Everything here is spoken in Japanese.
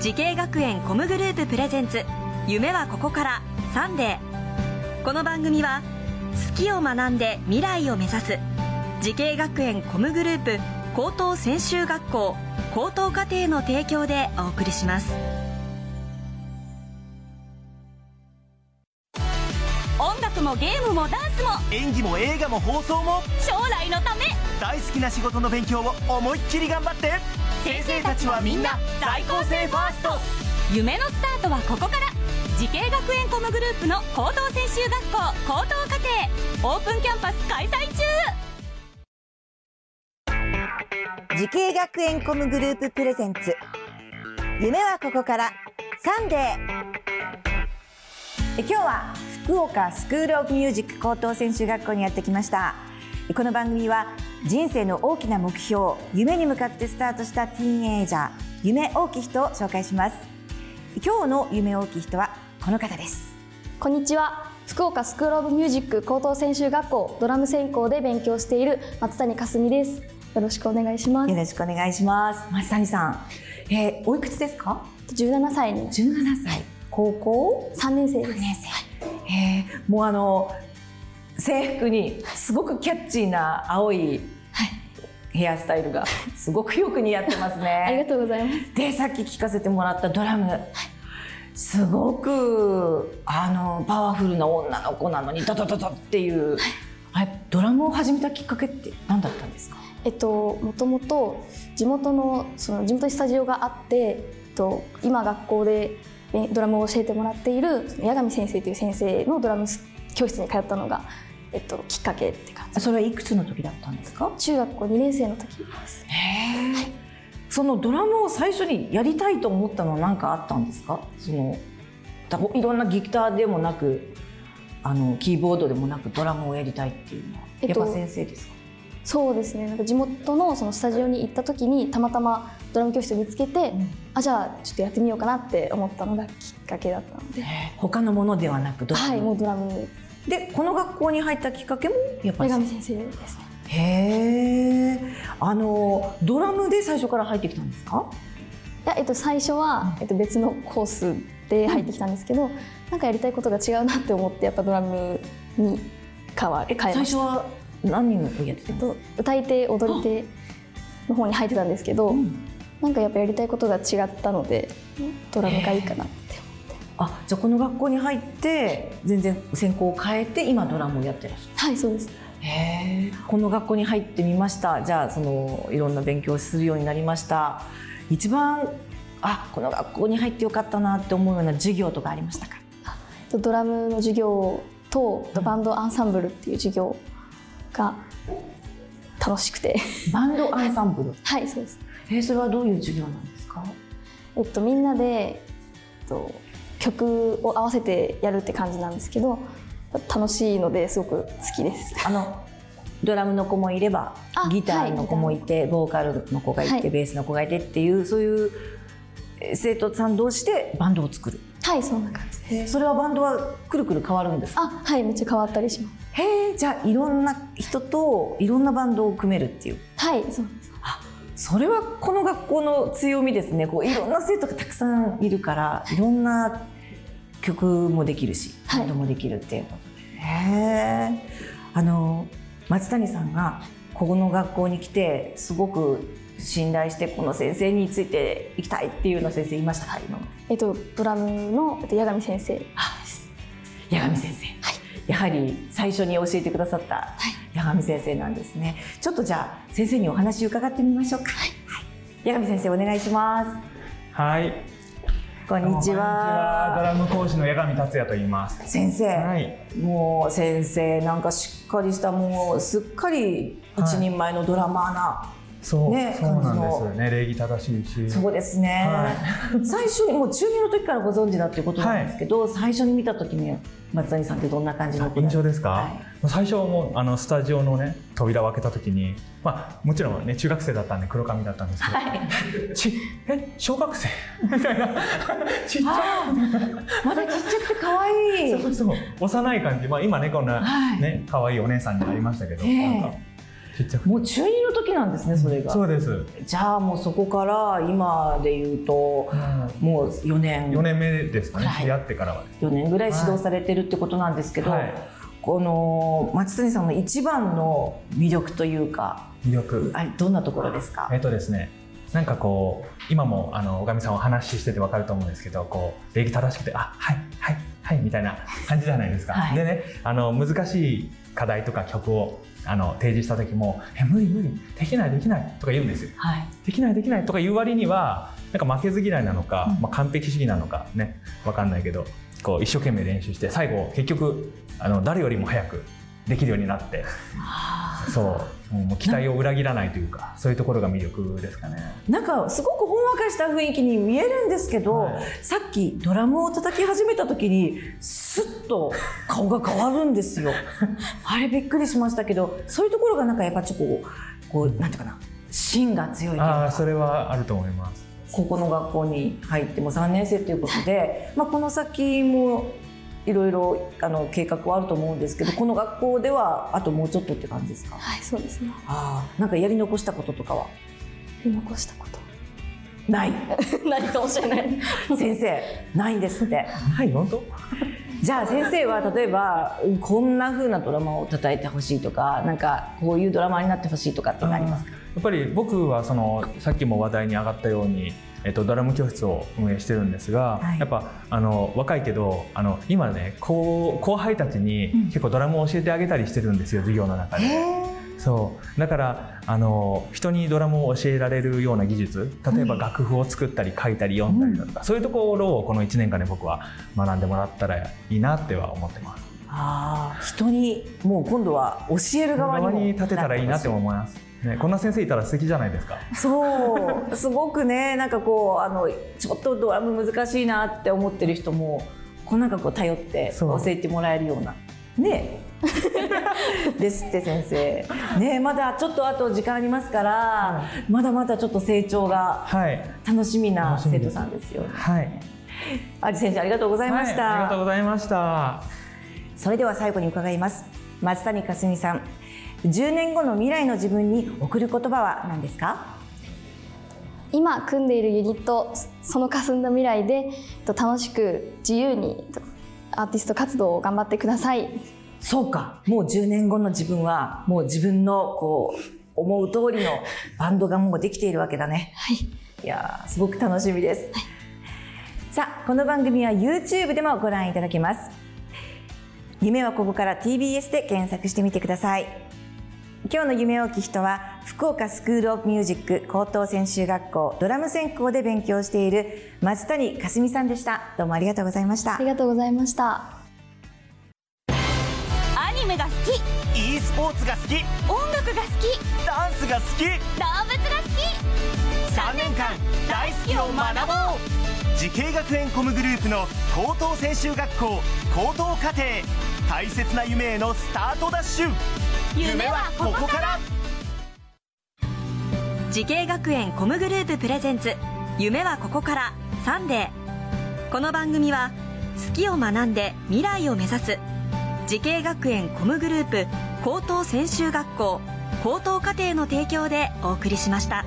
時系学園コムグループプレゼンツ夢はここからサンデーこの番組は好きを学んで未来を目指す時系学園コムグループ高等専修学校高等課程の提供でお送りします音楽もゲームもダンスも演技も映画も放送も将来のため大好きな仕事の勉強を思いっきり頑張って先生たちはみんな在校生ファースト夢のスタートはここから時系学園コムグループの高等専修学校高等課程オープンキャンパス開催中時系学園コムグループプレゼンツ夢はここからサンデーえ今日は福岡スクールオブミュージック高等専修学校にやってきましたえこの番組は人生の大きな目標夢に向かってスタートしたティーンエイジャー夢大きい人を紹介します今日の夢大きい人はこの方ですこんにちは福岡スクールオブミュージック高等専修学校ドラム専攻で勉強している松谷かすみですよろしくお願いしまよすろしくお願いします松谷さん、えーおいくつですか17歳に17歳高校3年生で3す年生、へえもうあの制服にすごくキャッチーな青いヘアスタイルがすごくよく似合ってます ありがね。とうございますでさっき聞かせてもらったドラム、すごくあのパワフルな女の子なのにドドドドっていう、あれドラムを始めたきっかけって何だったんですかえっともともと地元のその地元にスタジオがあって、えっと、今学校でえドラムを教えてもらっているその八神先生という先生のドラム教室に通ったのが、えっと、きっかけって感じそれはいくつの時だったんですか中学校2年生の時ですそのドラムを最初にやりたいと思ったのは何かあったんですかそのたいろんなギターでもなくあのキーボードでもなくドラムをやりたいっていうのは、えっとやっぱ先生ですかそうですねなんか地元のそのスタジオに行った時にたまたまドラム教室を見つけて、あじゃあちょっとやってみようかなって思ったのがきっかけだったので、他のものではなくドラム、はいもうドラムにでこの学校に入ったきっかけもやっぱ江り上先生ですねへえあのドラムで最初から入ってきたんですかいや、えっと、最初は、えっと、別のコースで入ってきたんですけど、なんかやりたいことが違うなって思ってやっぱドラムに変わえ変え最まし初は何をやってたた、えんっですか、と、歌い手踊り手の方に入ってたんですけど、うんなんかやっぱやりたいことが違ったのでドラムがいいかなってあじゃあこの学校に入って全然専攻を変えて今ドラムをやってらっしゃるはいそうですへえこの学校に入ってみましたじゃあそのいろんな勉強をするようになりました一番あこの学校に入ってよかったなって思うような授業とかありましたかとドラムの授業とバンドアンサンブルっていう授業が楽しくてバンドアンサンブルはいそうです、えそれはどういう授業なんですかえっと、みんなで、えっと、曲を合わせてやるって感じなんですけど楽しいのですごく好きですあのドラムの子もいればあギターの子もいて、ボーカルの子がいて、はいベースの子がいてっていうそういうえー生徒さん同士でバンドを作るはいそんな感じですそれはバンドはくるくる変わるんですかあはいめっちゃ変わったりしますへえじゃあいろんな人といろんなバンドを組めるっていうはいそうですそれはこの学校の強みですねこういろんな生徒がたくさんいるからいろんな曲もできるしはいバンドもできるっていうことへえあの松谷さんがここの学校に来てすごく信頼してこの先生についていきたいっていうような先生いましたか今えっとドラムのえっと八神先生八神先生、やはり最初に教えてくださった八神先生なんですねちょっとじゃあ先生にお話伺ってみましょうか、はい八神先生お願いしますはい。こんにちこんにちはドは。ラム講師の八神達也と言います。先生、はい。もう先生なんかしっかりしたもうすっかりはい一人前のドラマーな、そう、ねそうなん感じでのすよね。礼儀正しいし。そうですね、は最初にもう中二の時からご存知だっていうことなんですけど、最初に見た時に松谷さんってどんな感じの子だ印象ですか、は最初はもうあのスタジオのね扉を開けた時にまあもちろんね中学生だったんで黒髪だったんですけど、ちえ小学生 みたいなちっちゃいまだちっちゃくて可愛いそうそう幼い感じまあ今ねこんな、はいね可愛いお姉さんになりましたけど、ええなんかちっちゃくてもう中二の時なんですねそれが、そうですじゃあもうそこから今で言うともう4年4年目ですかねはい出会ってからはです4年ぐらい指導されてるってことなんですけど、はいこの松谷さんの一番の魅力というか魅力あれどんなところですか、えっとですねなんかこう今もあのおかみさんお話ししててわかると思うんですけどこう礼儀正しくてあはいはいはいみたいな感じじゃないですか、はいでねあの難しい課題とか曲をあの提示した時も「え無理無理できないできない」とか言うんですよはいできないできないとか言う割にはなんか負けず嫌いなのか、まあ、完璧主義なのかねわかんないけどこう一生懸命練習して最後結局あの誰よりも早くできるようになってそうもう期待を裏切らないというかそういうところが魅力ですかね。なんかすごくほんわかした雰囲気に見えるんですけど、はいさっきドラムを叩き始めた時にスッと顔が変わるんです よあれびっくりしましたけどそういうところがなんかやっぱちょっとこうこうなんていうかな芯が強いというああかそれはあると思います。ここの学校に入ってもう3年生ということで、まあ、この先もいろいろあの計画はあると思うんですけどこの学校ではあともうちょっとって感じですかはいそうですねあーなんかやり残したこととかは見残したことない ないかもしれない 先生ないんですってはい本当じゃあ先生は例えばこんな風なドラマを叩いてほしいとかなんかこういうドラマになってほしいとかっていうのありますかやっぱり僕はそのさっきも話題に上がったように、えっと、ドラム教室を運営してるんですが、はいやっぱあの若いけどあの今ね後後輩たちに結構ドラムを教えてあげたりしてるんですよ授業の中で。そうだからあの人にドラムを教えられるような技術例えば楽譜を作ったり書いたり読んだりだとか、そういうところをこの1年間で僕は学んでもらったらいいなっては思ってますああ人にもう今度は教える側にも側に立てたらいいなって思います、ね、こんな先生いたら素敵じゃないですかそう すごくねなんかこうあのちょっとドラム難しいなって思ってる人もこうなんかこう頼ってそ教うえてもらえるような ねえですって先生ねえまだちょっとあと時間ありますから、まだまだちょっと成長がはい楽しみな楽しみ生です徒さんですよはい有先生ありがとうございました、はい、ありがとうございました。それでは最後に伺います松谷かすみさん10年後の未来の自分に送る言葉は何ですか今組んでいるユニットその霞んだ未来でえっと楽しく自由にえっとアーティスト活動を頑張ってくださいそうかもう10年後の自分はもう自分のこう思う通りのバンドがもうできているわけだねはいいやーすごく楽しみです、さあこの番組は YouTube でもご覧いただけます夢はここから TBS で検索してみてください今日の夢大き人は福岡スクールオブミュージック高等専修学校ドラム専攻で勉強している松谷かすみさんでしたどうもありがとうございましたありがとうございましたアニメが好き e スポーツが好き音楽が好きダンスが好き動物が好き3年間大好きを学ぼう慈恵学園コムグループの高等専修学校高等課程大切な夢へのスタートダッシュ夢はここから時系学園コムグループプレゼンツ夢はここからサンデーこの番組は好きを学んで未来を目指す時系学園コムグループ高等専修学校高等課程の提供でお送りしました。